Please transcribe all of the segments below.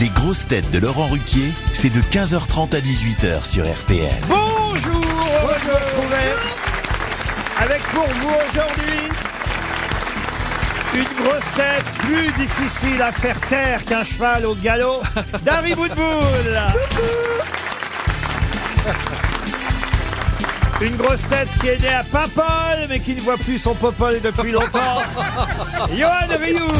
Les grosses têtes de Laurent Ruquier, c'est de 15h30 à 18h sur RTL. Bonjour, heureux de vous retrouver avec pour vous aujourd'hui une grosse tête plus difficile à faire taire qu'un cheval au galop, Dari Boudboul. Une grosse tête qui est née à Paimpol, mais qui ne voit plus son popole depuis longtemps, Johan Rioux.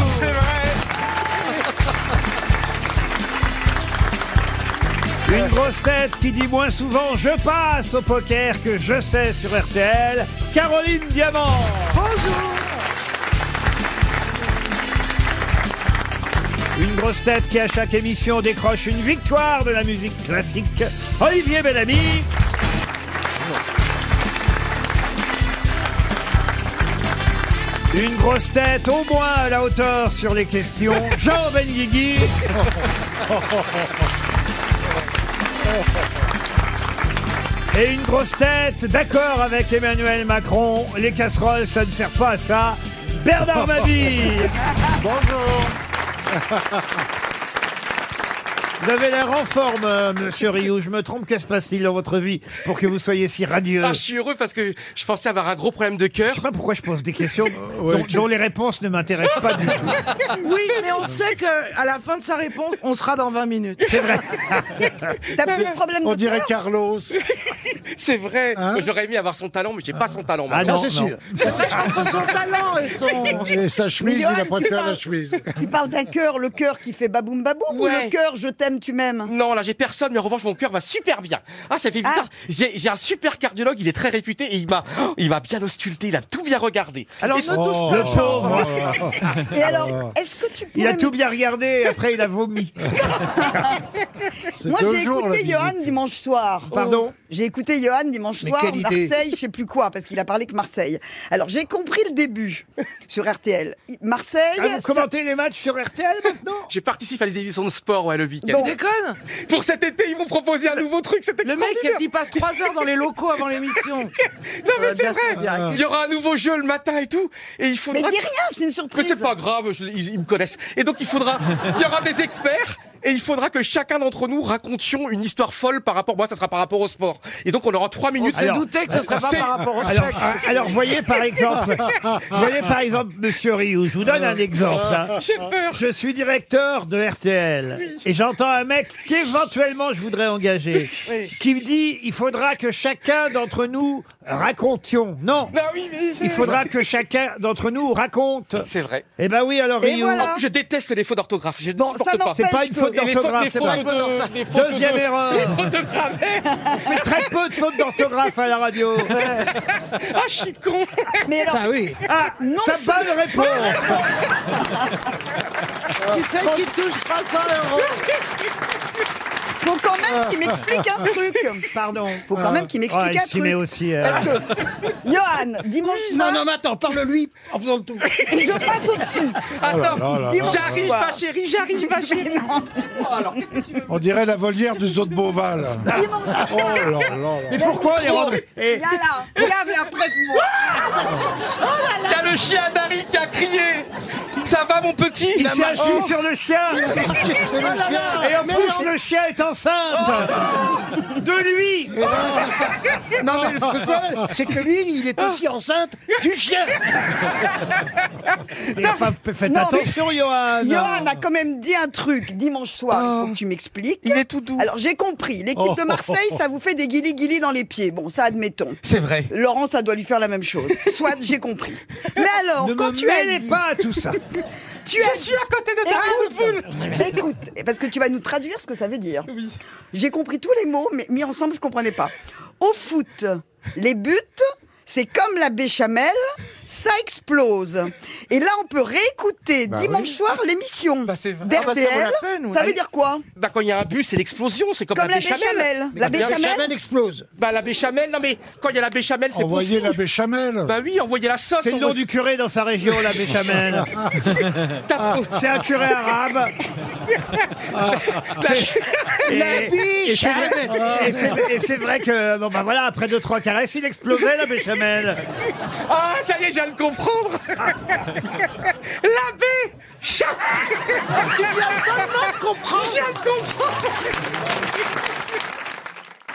Une grosse tête qui dit moins souvent je passe au poker que je sais sur RTL, Caroline Diamant. Bonjour. Une grosse tête qui à chaque émission décroche une victoire de la musique classique, Olivier Bellamy. Une grosse tête au moins à la hauteur sur les questions, Jean Benguigui. Et une grosse tête, d'accord avec Emmanuel Macron, les casseroles, ça ne sert pas à ça. Bernard Mabille Bonjour Vous avez l'air en forme, euh, monsieur Rioux. Je me trompe, qu'est-ce qui se passe-t-il dans votre vie pour que vous soyez si radieux Ah, je suis heureux parce que je pensais avoir un gros problème de cœur. Je sais pas pourquoi je pose des questions dont, dont les réponses ne m'intéressent pas du tout. Oui, mais on sait qu'à la fin de sa réponse, on sera dans 20 minutes. C'est vrai. T'as plus de problème On dirait Carlos. C'est vrai. J'aurais aimé avoir son talent, mais j'ai pas son talent. Ah maintenant. non, c'est non. sûr. C'est vrai entre son talent et son... Et sa chemise, Mais il Johan, a tu préféré parles- la chemise. Tu parles d'un cœur, le cœur qui fait baboum baboum ou Ouais. le cœur je t'aime, tu m'aimes Non, là j'ai personne, mais en revanche mon cœur va super bien. Ah, ça fait bizarre. J'ai j'ai un super cardiologue, il est très réputé et il m'a, oh, il m'a bien ausculté, il a tout bien regardé. Ah. Alors Et- ne touche Oh. Le pauvre, Ah. Et alors, est-ce que tu pourrais... il a tout me- bien regardé et après il a vomi. C'est Moi deux j'ai jours, la écouté visite. Johan dimanche soir. Oh. Pardon J'ai écouté Johan dimanche Mais soir, quelle idée. Marseille, je sais plus quoi, parce qu'il a parlé que Marseille. Alors j'ai compris le début sur RTL. I- Marseille, Ah, vous ça- commentez les matchs sur RTL maintenant J'ai participé à les émissions de sport ouais, le week-end. Bon. Déconne Pour cet été, ils m'ont proposé un nouveau truc, c'était Le mec, il passe 3 heures dans les locaux avant l'émission. Non mais Euh, c'est bien sûr, vrai. bien. Il y aura un nouveau jeu le matin et tout, et il mais faudra. dis rien, c'est une Mais surprise. c'est pas grave, je- ils, ils me connaissent. Et donc il faudra, il y aura des experts. Et il faudra que chacun d'entre nous racontions une histoire folle par rapport. Moi, ça sera par rapport au sport. Et donc, on aura trois minutes. Je doutais que ce serait pas c'est- par rapport au alors, sexe. ah, alors, voyez par exemple, voyez par exemple, Monsieur Rioux, je vous donne un exemple. hein. J'ai peur. Je suis directeur de RTL et j'entends un mec qu'éventuellement je voudrais engager, qui me dit il faudra que chacun d'entre nous racontions. Non, Non, Bah oui, mais j'ai- il faudra que chacun d'entre nous raconte. C'est vrai. Eh ben oui, alors Et Rioux. voilà. En plus, je déteste les fautes d'orthographe. Je ne Bon, supporte ça pas. n'empêche C'est pas une que- faute Et les fautes, d'orthographe. les c'est fautes vrai. de, les fautes Deuxième de- erreur. fautes de grammaire. On fait très peu de fautes d'orthographe à la radio. Ah, je suis con. Mais alors, Ah oui. Ah, Non, ça ça- bonne réponse. Qui c'est qui touche 300 euros faut quand même qu'il m'explique un truc. Pardon. Faut quand même qu'il Ah, m'explique il un s'y truc. met aussi. euh. Parce que, Johan, dimanche soir, Non, non, mais attends, parle-lui en faisant le tout. Bah, et je passe au-dessus. Ah Oh Attends, Dimanche j'arrive, soir. ma chérie, j'arrive, ma chérie. Oh, alors, qu'est-ce que tu veux On dirait la volière du zoo de Beauval. Dimanche Oh là là là. Mais pourquoi on les rendrait Il y a là, regarde là près de moi. Il y a le chien d'Harry qui a crié. Ça va, mon petit Il s'est assis sur le chien Oh et en plus le chien est enceinte de lui. Non, mais le problème, c'est que lui, il est aussi enceinte du chien. Mais enfin, faites Non, mais- attention, Johan. Johan a quand même dit un truc dimanche soir, il faut que tu m'expliques. Il est tout doux. Alors j'ai compris, l'équipe de Marseille, ça vous fait des guilis-guilis dans les pieds. Bon, ça admettons. C'est vrai. Laurent, ça doit lui faire la même chose. Soit j'ai compris. Mais alors, Ne quand me tu as mêlez dit, pas à tout ça. tu as suis à côté de écoute, écoute, parce que tu vas nous traduire ce que ça veut dire. Oui. J'ai compris tous les mots, mais mis ensemble, je comprenais pas. Au foot, les buts, c'est comme la béchamel, ça explose. Et là, on peut réécouter dimanche soir l'émission Bah, c'est vrai. d'RTL. Bah Ah, bah, ça vaut la peine, oui. ça veut dire quoi Bah, quand il y a un bus, c'est l'explosion, c'est comme, Comme la la béchamel. Bah, béchamel. La bien, béchamel, Béchamel explose. Bah, la béchamel, non mais quand il y a la béchamel, c'est Envoyez possible. la béchamel. Bah oui, envoyez la sauce. C'est le nom envoyez- du curé dans sa région, la béchamel. Tape- C'est un curé arabe. Ah, Ah, C'est- Et, et c'est vrai, et c'est- et c'est vrai que, bon bah voilà, après deux, trois caresses, il explosait la béchamel. Ah, ça y est, je viens de comprendre. la bé... cha- Tu viens seulement de comprends. Je comprends